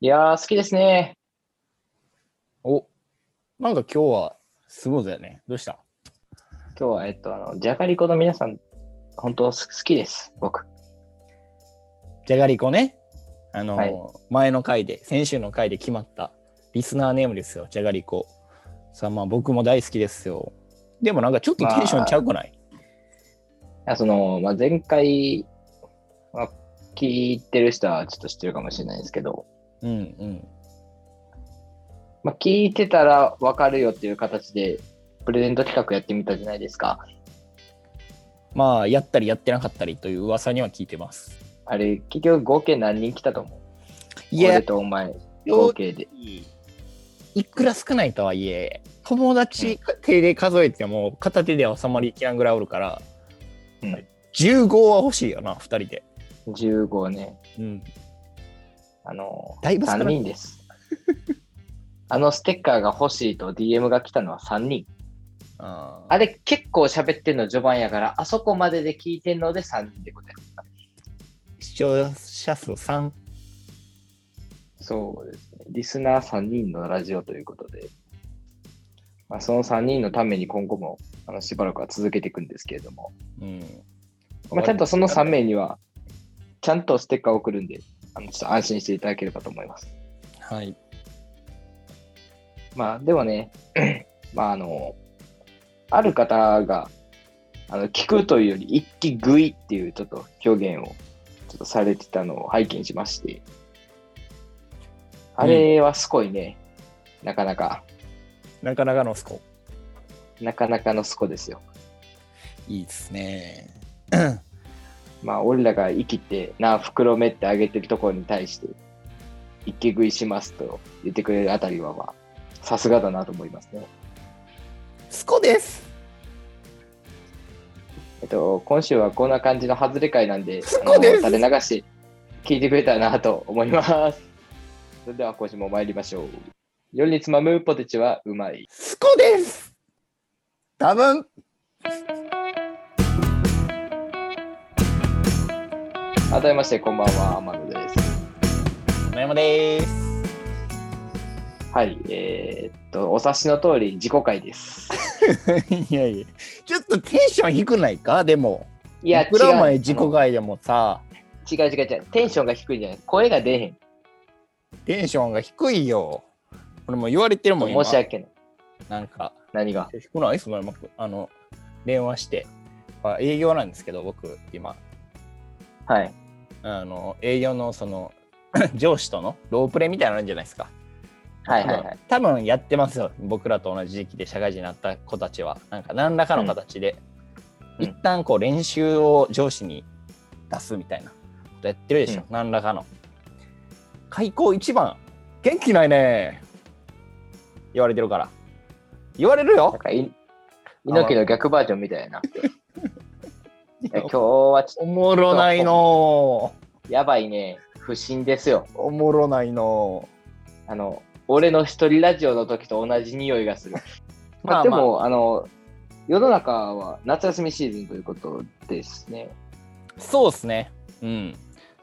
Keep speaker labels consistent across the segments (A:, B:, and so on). A: いやー、好きですね。
B: お、なんか今日はスムーズだね。どうした
A: 今日は、えっと、あの、じゃがりこの皆さん、本当す好きです、僕。
B: じゃがりこね。あの、
A: はい
B: 前の回で、先週の回で決まったリスナーネームですよ。じゃがりこ。さあまあ僕も大好きですよ。でもなんかちょっとテンションちゃうくない、
A: あその、まあ、前回、まあ、聞いてる人はちょっと知ってるかもしれないですけど、
B: うんうん。
A: まあ、聞いてたらわかるよっていう形で、プレゼント企画やってみたじゃないですか。
B: まあやったりやってなかったりという噂には聞いてます。
A: あれ、結局合計何人来たと思う
B: いや
A: 俺、とお前、合計で。
B: いくら少ないとはいえ、友達手で数えても片手では収まりきらんぐらいおるから、
A: うん
B: 15は欲しいよな、2人で。
A: 15ね。
B: うん。
A: あの、
B: だいぶ少
A: 3
B: ない。
A: 人です。あのステッカーが欲しいと DM が来たのは3人。
B: あー
A: あれ結構喋ってんの序盤やから、あそこまでで聞いてんので3人ってことや。
B: 視聴者数3。
A: そうですね。リスナー3人のラジオということで、まあ、その3人のために今後もあのしばらくは続けていくんですけれども、
B: うん。
A: まあ、ちゃんとその3名には、ちゃんとステッカーを送るんで、あのちょっと安心していただければと思います。
B: はい。
A: まあでもね、 まああの、ある方が、あの、聞くというより、一気食いっていうちょっと表現を、ちょっとされてたのを拝見しまして、あれはすごいね、なかなか、
B: なかなかのスコ。
A: なかなかのスコですよ。
B: いいですね。
A: まあ、俺らが生きて、なあ、袋目ってあげてるところに対して、一気食いしますと言ってくれるあたりは、まあ、さすがだなと思いますね。
B: スコです
A: えっと、今週はこんな感じの外れ会なんで、あ
B: そうです
A: の垂れ流し聞いてくれたらなと思います。 それでは今週も参りましょう。夜につまむポテチはうまい。
B: スコです多分
A: 改めまして、こんばんは、天野です。
B: 山山です。
A: はい、えーっと、お察しの通り、自己回です。
B: いやいや、ちょっとテンション低くないかでも。
A: いや、違
B: いうく。ら前自己外でもさ、
A: あの違う違う違う。テンションが低いんじゃない。声が出えへん。
B: テンションが低いよ。俺もう言われてるもん、今
A: 申し訳ない。
B: なんか、
A: 何が
B: 低くないそのままあの、電話して。まあ、営業なんですけど、僕、今。
A: はい。
B: あの、営業の、その、 上司とのロープレイみたいなのあるんじゃないですか。
A: はいはいはい。
B: 多分やってますよ僕らと同じ時期で社会人になった子たちはなんか何らかの形で、
A: うん
B: 一旦こう練習を上司に出すみたいなことやってるでしょ、
A: うん
B: 何らかの開口一番元気ないね言われてるから言われる
A: なん
B: よ
A: かい、猪木の逆バージョンみたいな。 いや今日はちょ
B: おもろないの
A: っとやばいね。不審ですよ。
B: おもろないの
A: あの、俺の一人ラジオの時と同じ匂いがする。ま
B: ま
A: あ、
B: あ
A: でも、あの、世の中は夏休みシーズンということですね。
B: そうですね。うん。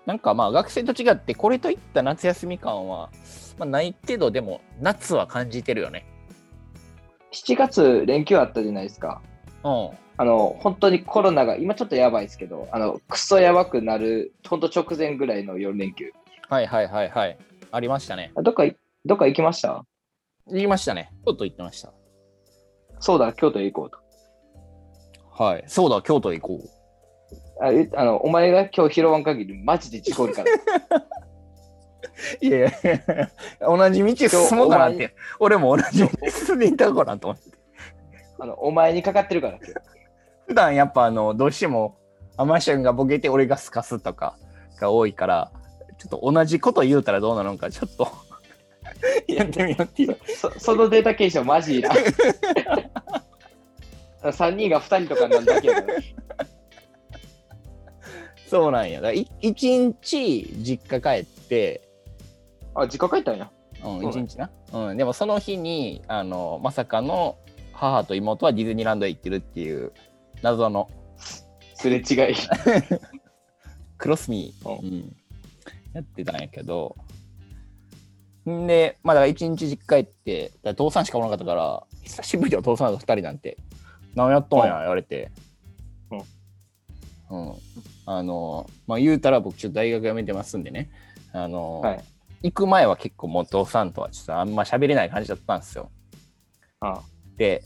B: なんかまあ学生と違ってこれといった夏休み感は、まあ、ないけどでも夏は感じてるよね。
A: 7月連休あったじゃないですか。
B: うん。
A: あの、本当にコロナが、今ちょっとやばいですけど、あの、クソやばくなる、ほんと直前ぐらいの4連休。
B: はいはいはいはい。ありましたね。
A: あどっか、どっか行きました
B: 言いましたね。京都行ってました。
A: そうだ、京都へ行こうと。
B: はい。そうだ、京都行こう。
A: あえあのお前が今日拾わん限り、マジで事故るから。
B: いやいや同じ道進もうかなって。俺も同じ道進んでいたかなと思って。
A: あのお前にかかってるから。今日
B: 普段やっぱあの、どうしても、アマシャンがボケて俺がスカすとかが多いから、ちょっと同じこと言うたらどうなのか、ちょっと やってみようっていう。
A: そそのデータ検証マジいらん。3人が2人とかなんだけど、
B: そうなんや。だからい一日実家帰って、
A: あ、実家帰ったんや。
B: うん、
A: そう
B: 一
A: なん
B: 日な。うん、でもその日に、あの、まさかの母と妹はディズニーランドへ行ってるっていう謎の
A: すれ違い。
B: クロスミー、
A: う
B: うんやってたんやけど、んで、まあだから一日実家帰って、だから父さんしかおらなかったから、久しぶりよ、父さんと二人なんて。何やっとんや、
A: うん
B: 言われて。うん。あの、まあ言うたら僕ちょっと大学辞めてますんでね。あの、
A: はい
B: 行く前は結構もう父さんとはちょっとあんま喋れない感じだったんですよ。
A: あ
B: で、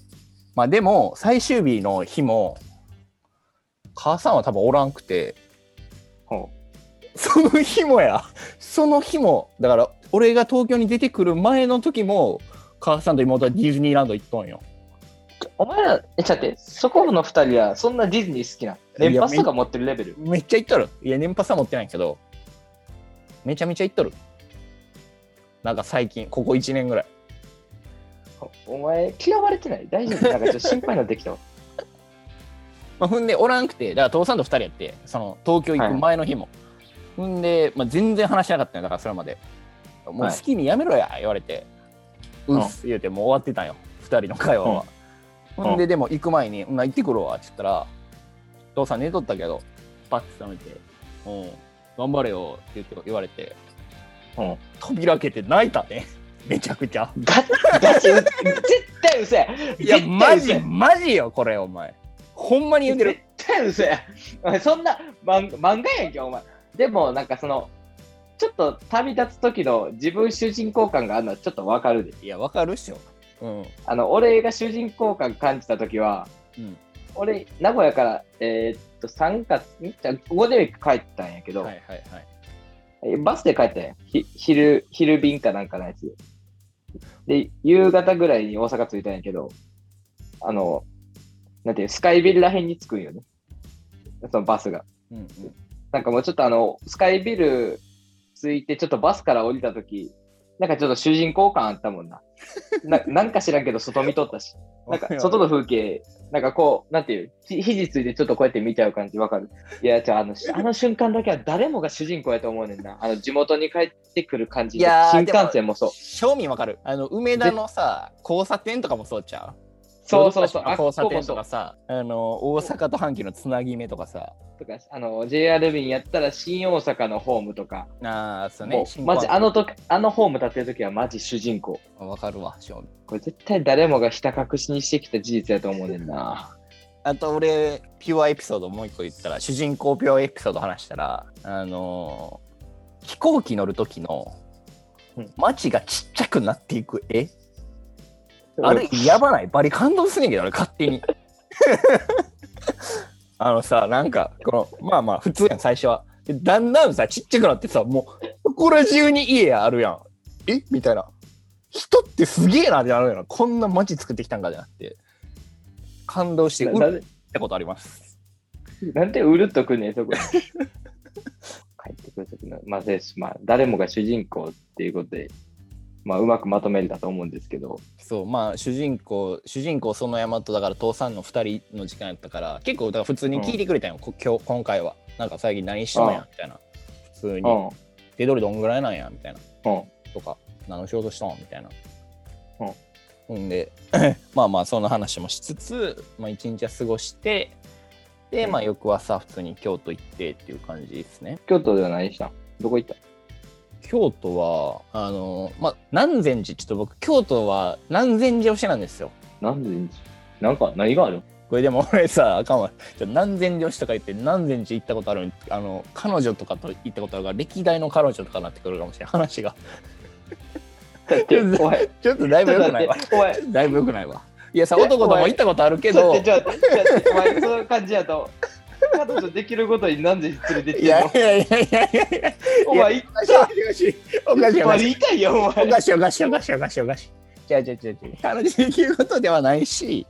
B: まあでも最終日の日も、母さんは多分おらんくて、
A: ほ
B: その日もや、その日も、だから俺が東京に出てくる前の時も、母さんと妹はディズニーランド行っとんよ。
A: うお前ら、え、ちゃって、そこの二人はそんなディズニー好きなの連発とか持ってるレベル。
B: めっちゃ行っとる。いや、年パスは持ってないけど、めちゃめちゃ行っとる。なんか最近、ここ1年ぐらい。
A: お前、嫌われてない大丈夫なんかちょっと心配になってきたわ。
B: まあ、踏んでおらんくて、だから父さんと2人やって、その東京行く前の日も。踏んで、まあ、全然話しなかったよ、だからそれまで。もう好
A: はい
B: きにやめろや、言われて、
A: う
B: うんん、っす言うて、もう終わってたんよ、2人の会話は。
A: ん
B: 踏んで、でも行く前に、うん、行ってくるわって言ったら、父さん寝とったけど、パッて覚めて、うん、頑張れよって言って言われて、
A: うん
B: 扉開けて泣いたね、 めちゃくちゃ。
A: ガガチ、絶対嘘や。
B: いや、
A: 絶対
B: マ
A: 嘘
B: ジ、マジよ、これ、お前。ほんまに言うてる
A: 絶。対嘘や。お前そんな漫漫画やんけ、お前。でも、なんかその、ちょっと旅立つ時の自分主人公感があるのはちょっとわかるで。
B: いや、わかるっしょ。うん。
A: あの、俺が主人公感感じた時は、
B: うん
A: 俺、名古屋から、えーっと、3月、んじゃあゴールデンウィーク帰ったんやけど、
B: はいはいはい。
A: えバスで帰ったんや。ひ昼、昼便かなんかのやつで。で、夕方ぐらいに大阪着いたんやけど、あの、なんていう、スカイビルらへんに着くんよね。そのバスが。
B: うんうん、
A: なんかもうちょっとあの、スカイビル着いて、ちょっとバスから降りたとき、なんかちょっと主人公感あったもんな。な なんか知らんけど、外見とったし、なんか外の風景、なんかこう、なんていう、ひ肘ついてちょっとこうやって見ちゃう感じわかる。いや、じゃああ の、あの瞬間だけは誰もが主人公やと思うねんな。あの、地元に帰ってくる感じ
B: いやー
A: 新幹線もそう。
B: 正味わかるあの梅田のさ交差点とかもそうちゃう
A: そうそうそう、
B: 交差点
A: そ
B: と
A: う
B: かさあの大阪と阪急のつなぎ目とかさ
A: とか、あの、JR 便やったら新大阪のホームとか、
B: ああそうね
A: もう、マジあのときあのホーム立ってるときはマジ主人公。
B: わかるわ正味
A: これ絶対誰もがひた隠しにしてきた事実やと思うねん な。
B: あと俺ピュアエピソードもう一個言ったら主人公ピュアエピソード話したらあのー飛行機乗る時の
A: うん
B: 街がちっちゃくなっていく絵あれ、やばないバリ感動すんねんけど、俺、勝手に。 あのさ、なんか、この、まあまあ、普通やん、最初は。でだんだんさ、ちっちゃくなってさ、もう、ここら中に家あるやん。えみたいな。人ってすげえなってなるやん。こんな街作ってきたんかじゃなくて。感動して、う
A: な
B: る
A: な
B: ったことあります。
A: なんでうるっとくんねん、そこ。帰ってくるときの、まあ、せまあ、誰もが主人公っていうことで、まあ、うまくまとめれたと思うんですけど、
B: そう、まあ、主人公、主人公、その山と、だから、父さんの2人の時間やったから、結構、だから普通に聞いてくれたんよ、こ今日、今回は。なんか、最近何してんのや、みたいな。普通に。
A: うん、
B: 手取りどんぐらいなんやみたいな
A: うん、
B: とか何の仕事したんみたいな。
A: う
B: ほんで まあまあそんな話もしつつ、まあ、一日は過ごしてで、まあ、翌朝普通に京都行ってっていう感じですね。
A: 京都では何したんどこ行った
B: 京都はあのまあ南禅寺ちょっと僕京都は南禅寺推しなんですよ。
A: なんでいいんですなんか、何がある
B: これでも俺さあかんわちょ南禅寺推しとか言って南禅寺行ったことあるんあの彼女とかと行ったことあるから歴代の彼女とかになってくるかもしれない話が
A: だって、お前、
B: ちょっとだい
A: ち
B: ぶ
A: ょっ
B: 良
A: と
B: くないわ
A: 待。って、お前、
B: だいぶ良くないわ。いやさ、男とも行ったことあるけ
A: ちょ
B: ど、
A: っと
B: い
A: ちょっと待って、ちょっと待ってお前、そういう感じやと、彼女できることになんで連れてってん
B: やい
A: の
B: やいやいやいやいや、
A: お前、行っ
B: おかしいおかしいおかしいお
A: ぱ
B: かしい
A: り痛いよ、お前
B: お。かしいおかしいおかしいおかしいおかしい。違う違う違う違う。彼女できることではないし、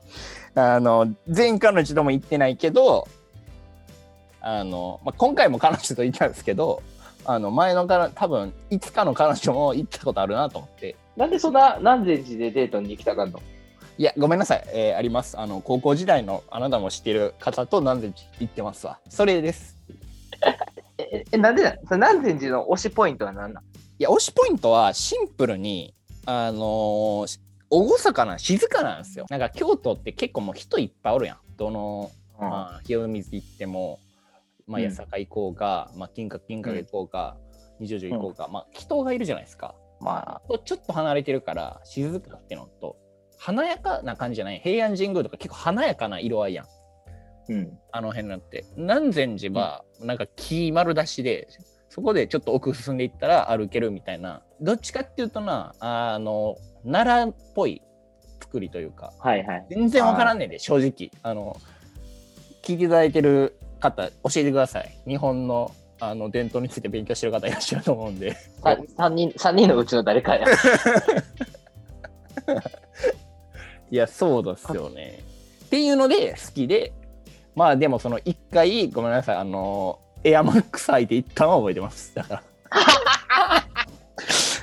B: あの、前彼女とも行ってないけど、あの、まあ、今回も彼女と行ったんですけど、あの前のから多分いつかの彼女も行ったことあるなと思って
A: なんでそんな何千字でデートに行きたかんの
B: いやごめんなさい、えーありますあの高校時代のあなたも知ってる方と何で行ってますわそれです
A: え、え、なんでなんそれ何千字の推しポイントは何なん
B: いや推しポイントはシンプルにあのーし厳かな静かなんですよなんか京都って結構もう人いっぱいおるやんどの、
A: うん
B: まあ、清水行っても、まあ、
A: うん
B: 八坂行こうが、まあ、金閣金閣行こうが、二条城行こうが、まあ、人がいるじゃないですか、
A: ま
B: とちょっと離れてるから静かってのと華やかな感じじゃない平安神宮とか結構華やかな色合いやん
A: あ、うん。
B: あの辺なんて南禅寺はなんか木丸出しでそこでちょっと奥進んでいったら歩けるみたいなどっちかっていうとなあの奈良っぽい作りというか
A: はいはい。
B: 全然わからんねんで正直あの聞いていただいてる方教えてください日本のあの伝統について勉強してる方いらっしゃると思うんで
A: さ三人、三人のうちの誰か や。
B: いやそうですよねっていうので好きでまあでもその一回ごめんなさいあのエアマックス履いて行ったのは覚えてますだから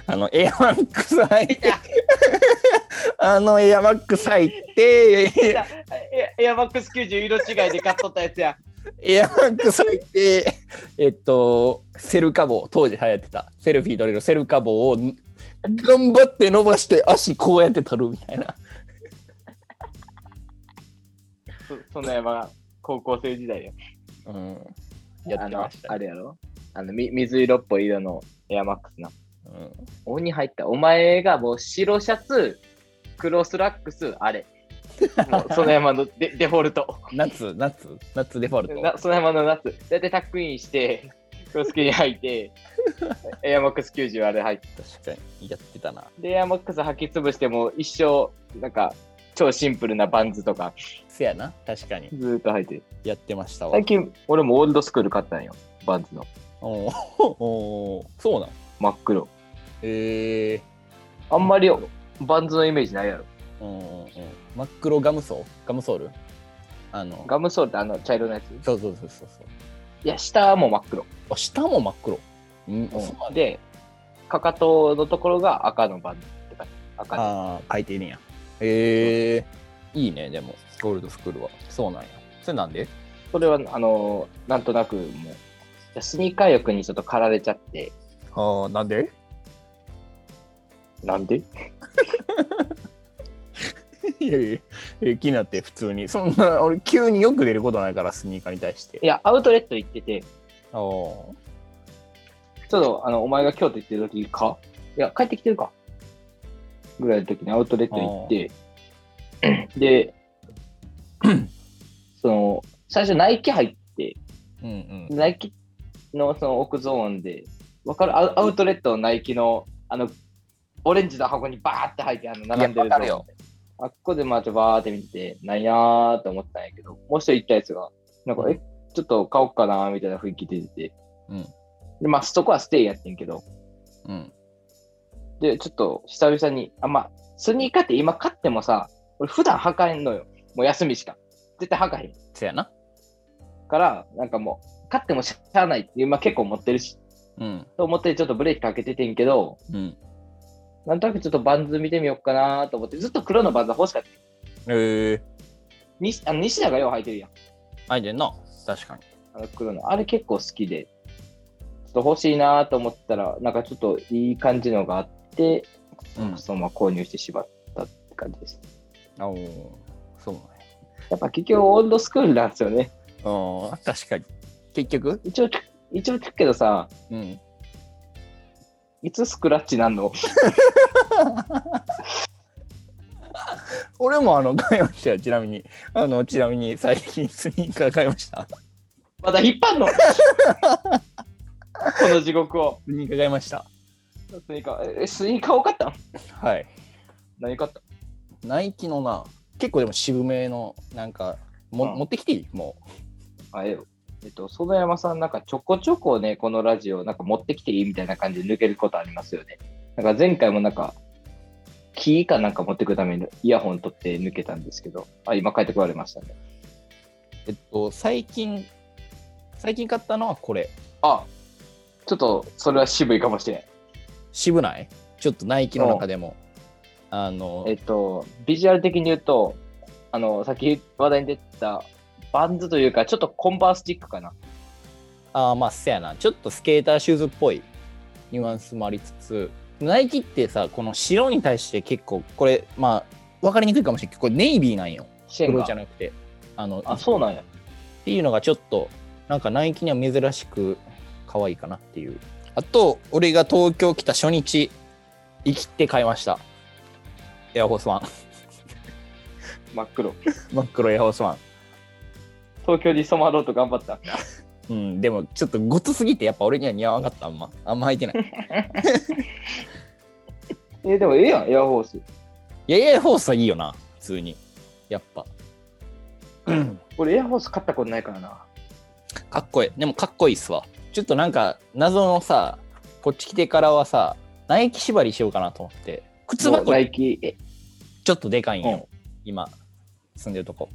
B: あのエアマックス履いてあのエアマックス履い て
A: エエアマックス90色違いで買っとったやつ や。
B: エアマックス入って、えっと、セルカ棒、当時流行ってた、セルフィー取れるセルカ棒をん頑張って伸ばして足こうやって取るみたいな。
A: そその山が高校生時代や。
B: うん、やってまし
A: あのあ
B: た、ね
A: れやろあのみ水色っぽい色のエアマックスな。
B: うん。
A: 鬼入った。お前がもう白シャツ、黒スラックス、 あれ。もうその山のデデフォルト。
B: 夏、夏、夏デフォル
A: な
B: ト。
A: その山の夏。だいたいタックインして、 クロスケに履いて、 エアマックス90あれ履いて。
B: 確かにやってたな。
A: で、エアマックス履き潰しても一生、なんか、超シンプルなバンズとか、
B: せやな、確かに
A: ずーっと履いてる。
B: やってましたわ
A: 最。近、俺もオールドスクール買ったんよ。バンズの。
B: おー おー、そうなん。
A: 真っ黒。
B: え
A: あんまりバンズのイメージないやろ。
B: ー、うんうんうん。真っ黒ガムソーガムソールあの、
A: ガムソールってあの茶色のやつ。い
B: そうそうそうそうそう。
A: や、下も真っ黒。
B: あ、下も真っ黒。うん、そうなんだ
A: で、かかとのところが赤のバンズって感じ。赤で
B: ああ、書いてるんや。へえいいね、でも、ゴールドスクールは。そうなんや。それなんで
A: それは、あの、なんとなくもう、スニーカー欲にちょっと駆られちゃって、
B: ああ、なんで
A: なんで
B: いやいやえ、気になって、普通に。そんな、俺、急によく出ることないから、スニーカーに対して。
A: いや、アウトレット行ってて、ち
B: ああ。
A: ょっと、あの、お前が京都行ってる時かいや、帰ってきてるかぐらいの時にアウトレット行って、で、 その、最初ナイキ入って、
B: うんうん。
A: ナイキのその奥ゾーンで、わかるアウアウトレットのナイキの、あの、オレンジの箱にバーって入って、あの、並んでる
B: いやわかる
A: ゾーン
B: よ
A: あっこでまあちょっとバーって見てて、なんやーって思ってたんやけど、もう一人行ったやつが、なんか、え、ちょっと買おうかなーみたいな雰囲気出てて、
B: うん
A: で、まあ、そこはステイやってんけど、
B: うん。
A: で、ちょっと久々に、あ、まあ、スニーカーって今買ってもさ、俺普段履かへんのよ。もう休みしか。絶対履かへん。
B: せやな。
A: から、なんかもう、買ってもしゃあないって、今結構持ってるし、
B: うん。
A: と思ってちょっとブレーキかけててんけど、
B: うん。
A: なんとなくちょっとバンズ見てみようかなーと思って、ずっと黒のバンズ欲しかった。
B: ええ
A: にあの西田がよう履いてるやん。
B: あいでんな。確かに。
A: あの黒の。あれ結構好きで、ちょっと欲しいなと思ったら、なんかちょっといい感じのがあって、
B: うん
A: そのまま購入してしまったって感じです。
B: あおそうなんや。
A: やっぱ結局オールドスクールなんですよね。
B: ああ、確かに。結局
A: 一応聞く、一応聞くけどさ、
B: うん。
A: いつスクラッチなんの
B: 俺も、あの、買いましたよ。ちなみに。あの、ちなみに、最近、スニーカー買いました。
A: まだ引っ張んのこの地獄を。
B: スニーカー買いました。
A: スニーカー、え、スニーカー多かったん
B: はい。
A: 何買った
B: ナイキのな、結構でも渋めの、なんか、も
A: うん
B: 持ってきていいも
A: あ、ええよ。えっと、園山さん、なんかちょこちょこね、このラジオ、なんか持ってきていいみたいな感じで抜けることありますよね。なんか前回もなんか、キーかなんか持ってくるためにイヤホン取って抜けたんですけど、あ、今帰ってこられましたね。
B: う。えっと、最近、最近買ったのはこれ。
A: あ、ちょっとそれは渋いかもしれん。
B: 渋ないちょっとナイキの中でも。あの
A: え、っと、ビジュアル的に言うと、あの、さっき話題に出てた、バンズというか、ちょっとコンバースチックかな。
B: あーまあ、せやな。ちょっとスケーターシューズっぽいニュアンスもありつつ、ナイキってさ、この白に対して結構、これ、まあ、わかりにくいかもしれんけど、これネイビーなんよ。
A: シェン
B: 黒
A: が
B: じゃ。なくて。あの
A: あ、そうなんや。
B: っていうのがちょっとなんかナイキには珍しく可愛いかなっていうあと俺が東京来た初日生きて買いました。エアホースワン。
A: 真っ黒。
B: 真っ黒エアホースワン。
A: 東京に染まろうと頑張った。
B: うん、でもちょっとごつすぎてやっぱ俺には似合わなかったあんまあんま履いてない
A: え、でもええやん、エアホース。
B: いやエアホースはいいよな普通にやっぱ
A: 俺、エアホース買ったことないからな。
B: かっこいいでもかっこいいっすわちょっとなんか謎のさこっち来てからはさナイキ縛りしようかなと思って靴
A: もう
B: 箱
A: ナイキ、え、
B: ちょっとでかいんよ、
A: うん
B: 今住んでるとこ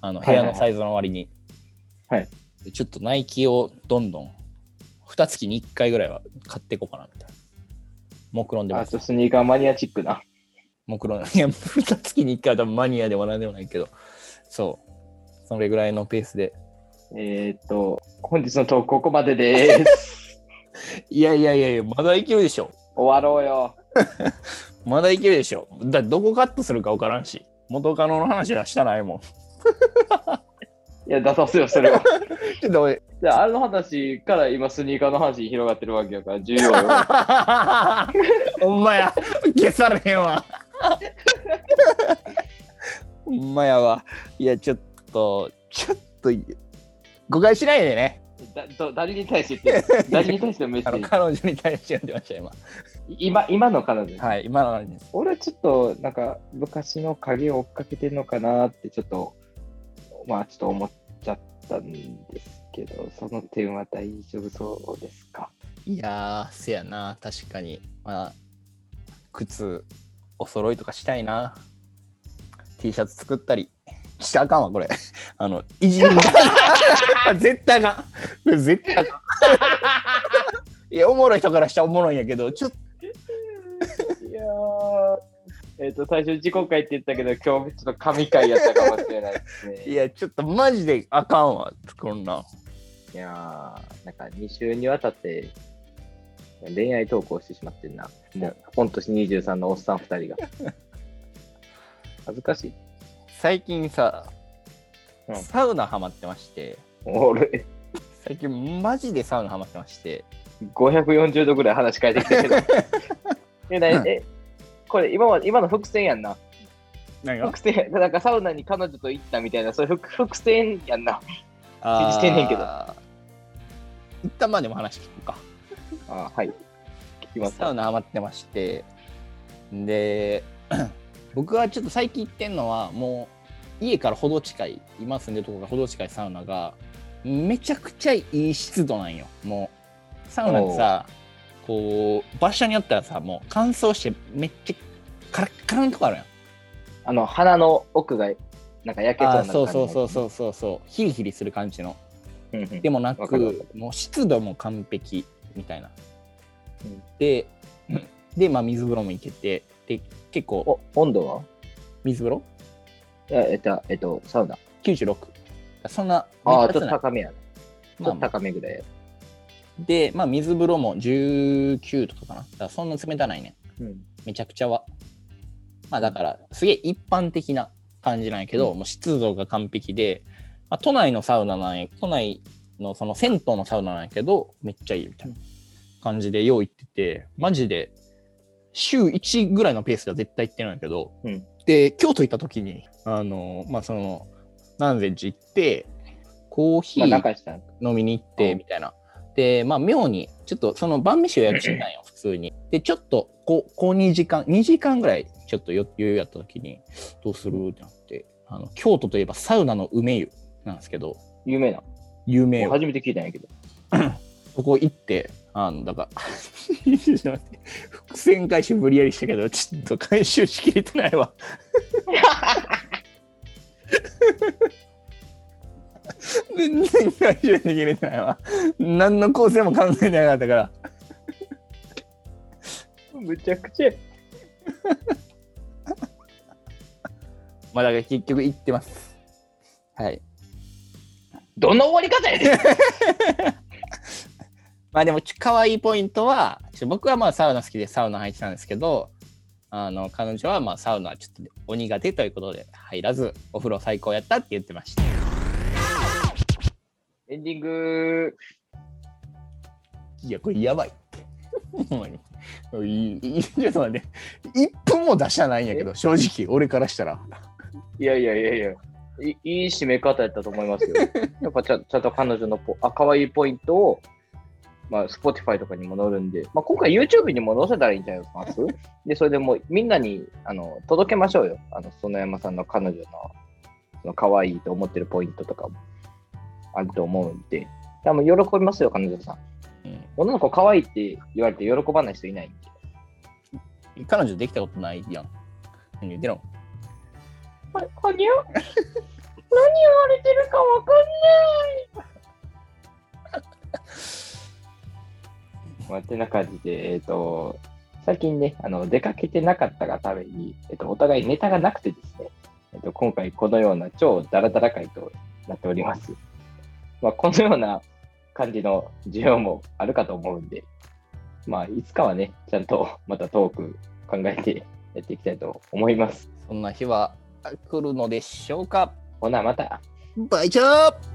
B: あの
A: は
B: 部
A: いはい
B: 屋のサイズの割に
A: はい
B: でちょっとナイキをどんどん2月に1回ぐらいは買っていこうかなみたいな目論んで
A: あ
B: ます
A: とスニーカーマニアチックな。
B: 目論んいや2月に1回は多分マニアでもなんでもないけどそうそれぐらいのペースで
A: えーっと、本日のトークここまで です。
B: いやいやいやいやまだいけるでしょ
A: 終わろうよ。
B: まだいけるでしょ。だってどこカットするか分からんし。元カノの話はしたないもん。
A: いや、出さすよ、それは。
B: ちょっと 俺
A: で、あの話から今、スニーカーの話に広がってるわけやから、重要 よ。
B: ほんまや。消されへんわ。ほんまやわ。いや、ちょっと、ちょっと、誤解しないでね。
A: だど誰に対してって、誰に対してのメッセ
B: あの
A: ージ。
B: 彼女に対して読んでました、今。
A: 今、今の彼女。
B: はい、今の話です。
A: 俺ちょっとなんか昔の影を追っかけてるのかなってちょっとまあちょっと思っちゃったんですけどその点は大丈夫そうですか
B: いやー、せやな、確かに。まあ、靴、お揃いとかしたいな。T シャツ作ったり。したらあかんわ、これ。 あの、いじり。 絶対あかん。これ絶対あか ん。いや、おもろい人からしたらおもろいんやけど、ちょっと、
A: いやえっ、と最初自己回って言ったけど今日ちょっと神回やったかもしれ ないですね
B: いや、ちょっとマジであかんわ、こんなん。
A: いやーなんか2週にわたって恋愛投稿してしまってんなもう本年23のおっさん2人が 恥ずかしい
B: 最近さ、
A: うん
B: サウナハマってまして、
A: 俺
B: 最近マジでサウナハマってまして、
A: 540度ぐらい話変えてきたけ ど。え、な
B: うん
A: えこれ今は、今の伏線やんな。
B: 何
A: 伏線や、なんかサウナに彼女と行ったみたいな、それ伏伏線やんな。
B: あー
A: してんねんけど
B: 一旦まあでも話聞くか。
A: あはい。聞きます。
B: サウナハマってまして、で、 僕はちょっと最近行ってんのは、もう家からほど近い、今住んでるところがほど近いサウナが、めちゃくちゃいい湿度なんよ。もう、サウナってさ、こう、場所によったらさ、もう乾燥してめっちゃカラッカラのとこあるやん。
A: あの、鼻の奥が、なんか焼けそう
B: あ
A: な感
B: ー
A: じ。
B: そうそうそうそうそうそう、ヒリヒリする感じの。
A: うんうん。
B: でもな
A: わかるわか
B: く、もう湿度も完璧みたいな
A: うん。
B: で、 で、まあ、水風呂も行けて、で、結構、
A: お温度は
B: 水風呂
A: いやえっと、えっと、サウナ。
B: 96。そんな、
A: あ
B: め
A: あ、
B: っ
A: ち
B: ちゃ
A: ょっと
B: 暑ない
A: 高めやな。ち
B: ま
A: ょ
B: あ
A: っと
B: まあ
A: 高めぐらいや。
B: で、まあ、水風呂も19とかかな。だからそんな冷たないね。
A: うん。
B: めちゃくちゃは。まあ、だから、すげえ一般的な感じなんやけど、
A: う
B: もう湿度が完璧で、まあ、都内のサウナなんや、都内のその銭湯のサウナなんやけど、めっちゃいいみたいな感じでよう行ってて、マジで、週1ぐらいのペースでは絶対行ってないんやけど、
A: うん
B: で、京都行った時に、あの、まあ、その、南禅寺行って、コーヒ
A: まあ、
B: ー、
A: 中したん。
B: 飲みに行って
A: うん
B: みたいな。で、まあ、妙に、ちょっとその晩飯を予約してたんよ、普通に。で、ちょっと、こう、こう2時間、2時間ぐらい、ちょっとよ余裕やった時に、どうするってなって、あの、京都といえばサウナの梅湯なんですけど、
A: 有名な。も
B: 有
A: う
B: 名よ。
A: 初めて聞いたんやけど。
B: ここ行って、あの、だから、ちょっと待って伏線回収無理やりしたけど、ちょっと回収しきれてないわ。全然回収できれてないわ。何の構成も考えてなかったから。
A: むちゃくちゃ。
B: まあだから結局行ってます。はい。
A: どんな終わり方やで
B: まあでもち可愛いポイントは、ちょっと僕はまあサウナ好きでサウナ入ってたんですけど、あの彼女はまあサウナはちょっとお苦手ということで入らず、お風呂最高やったって言ってました。
A: エンディング
B: いや、これやばいって。 ほんまにいいいいちょっと待って1分も出しゃないんやけど正直俺からしたら
A: いやいやいやいや。いいい締め方やったと思いますよ。やっぱちゃんちゃんと彼女のポあ可愛いポイントを、まあ、Spotify とかにも載るんで、まあ、今回 YouTube にも載せたらいいんじゃないですかで、それでもうみんなにあの届けましょうよ。あの園山さんの彼女のその可愛いと思ってるポイントとかもあると思うんで、多分喜びますよ、彼女さん。女の子可愛いって言われて喜ばない人いないんで。
B: 彼女できたことないやん何言ってんの
A: あれ、はにゃ何言われてるかわかんない。まあ、てな感じで、えっ、と、最近ね、あの出かけてなかったがために、えっとお互いネタがなくてですね、えっと今回このような超ダラダラ回となっております。まあ、このような感じの需要もあるかと思うんで、まあ、いつかはね、ちゃんとまたトーク考えてやっていきたいと思います。
B: そんな日は来るのでしょうか
A: ほな、また。
B: バイチャー